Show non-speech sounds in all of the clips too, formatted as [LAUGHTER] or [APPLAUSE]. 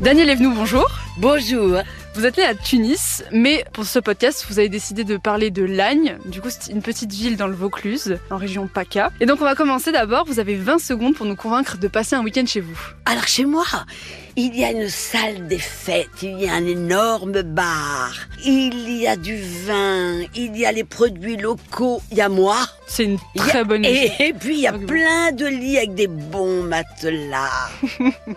Daniel Evenou, bonjour. Bonjour. Vous êtes né à Tunis, mais pour ce podcast, vous avez décidé de parler de Lagne. Du coup, c'est une petite ville dans le Vaucluse, en région PACA. Et donc, on va commencer d'abord. Vous avez 20 secondes pour nous convaincre de passer un week-end chez vous. Alors chez moi, il y a une salle des fêtes, il y a un énorme bar, il y a du vin, il y a les produits locaux, il y a moi. C'est une Il y a- très bonne idée. Et, et puis il y a Ok. plein de lits avec des [LAUGHS] bons matelas.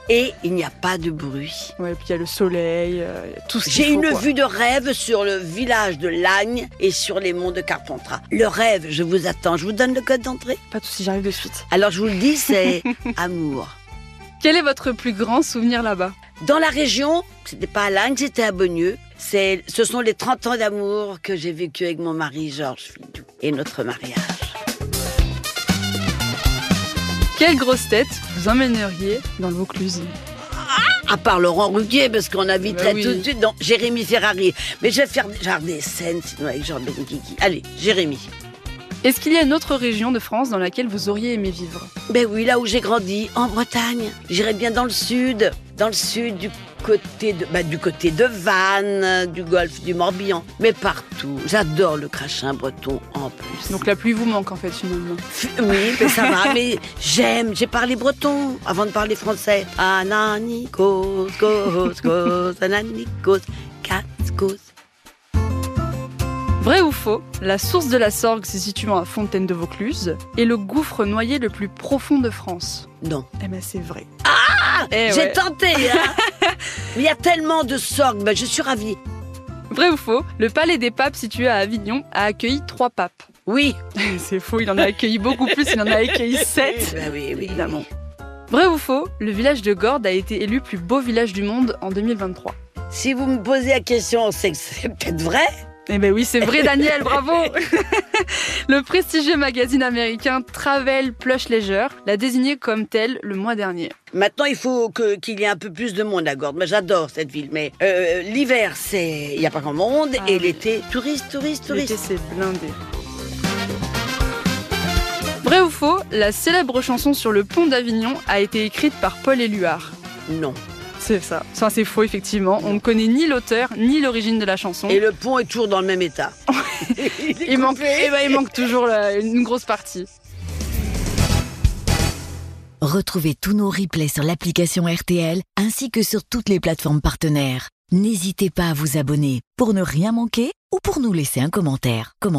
et il n'y a pas de bruit. Ouais, puis il y a le soleil, euh, il y a tout ce qu'il J'ai faut, une quoi. vue de rêve sur le village de Lagne et sur les monts de Carpentras. Le rêve, je vous attends, je vous donne le code d'entrée. Pas tout si j'arrive de suite. Alors je vous le dis, c'est [LAUGHS] amour. Quel est votre plus grand souvenir là-bas Dans la région, c'était pas à Lagne, c'était à Bonnieu. C'est, ce sont les 30 ans d'amour que j'ai vécu avec mon mari Georges Fidou et notre mariage. Quelle grosse tête vous emmèneriez dans le Vaucluse À part Laurent Ruquier, parce qu'on inviterait Bah oui. tout de suite dans Jérémy Ferrari. Mais je vais faire genre des scènes sinon avec Georges Benguigui. Allez, Jérémy. Est-ce qu'il y a une autre région de France dans laquelle vous auriez aimé vivre Ben oui, là où j'ai grandi, en Bretagne. J'irais bien dans le sud, dans le sud du côté de, bah, du côté de Vannes, du golfe du Morbihan, mais partout. J'adore le crachin breton en plus. Donc la pluie vous manque en fait finalement. F- oui, mais ça va, mais j'aime, j'ai parlé breton avant de parler français. Ananikos, kos, kos, ananikos, kaskos. Vrai ou faux, la source de la Sorgue se situant à Fontaine de Vaucluse est le gouffre noyé le plus profond de France. Non. Eh ben c'est vrai. Ah, Eh j'ai ouais. tenté, hein. [LAUGHS] Mais il y a tellement de sorgues, ben, je suis ravie. Vrai ou faux, le palais des papes situé à Avignon a accueilli trois papes. Oui. [LAUGHS] c'est faux, il en a accueilli beaucoup plus, il en a [LAUGHS] accueilli sept. Ben oui, oui, Évidemment. Vrai ou faux, le village de Gordes a été élu plus beau village du monde en 2023. Si vous me posez la question, c'est que c'est peut-être vrai. Eh ben oui, c'est vrai Daniel, bravo [LAUGHS] Le prestigieux magazine américain Travel Plush Leisure l'a désigné comme tel le mois dernier. Maintenant, il faut que- qu'il y ait un peu plus de monde à Gordes. Moi, j'adore cette ville, mais euh, l'hiver, c'est il n'y a pas grand monde, Ah et oui. l'été, touriste, touriste, L'été, touriste. c'est blindé. Vrai ou faux, la célèbre chanson sur le pont d'Avignon a été écrite par Paul Éluard. Non. C'est ça. Ça, c'est faux, effectivement. On ne connaît ni l'auteur, ni l'origine de la chanson. Et le pont est toujours dans le même état. il, manque, eh ben, il manque toujours la- une grosse partie. Retrouvez tous nos replays sur l'application RTL ainsi que sur toutes les plateformes partenaires. N'hésitez pas à vous abonner pour ne rien manquer ou pour nous laisser un commentaire. Comment-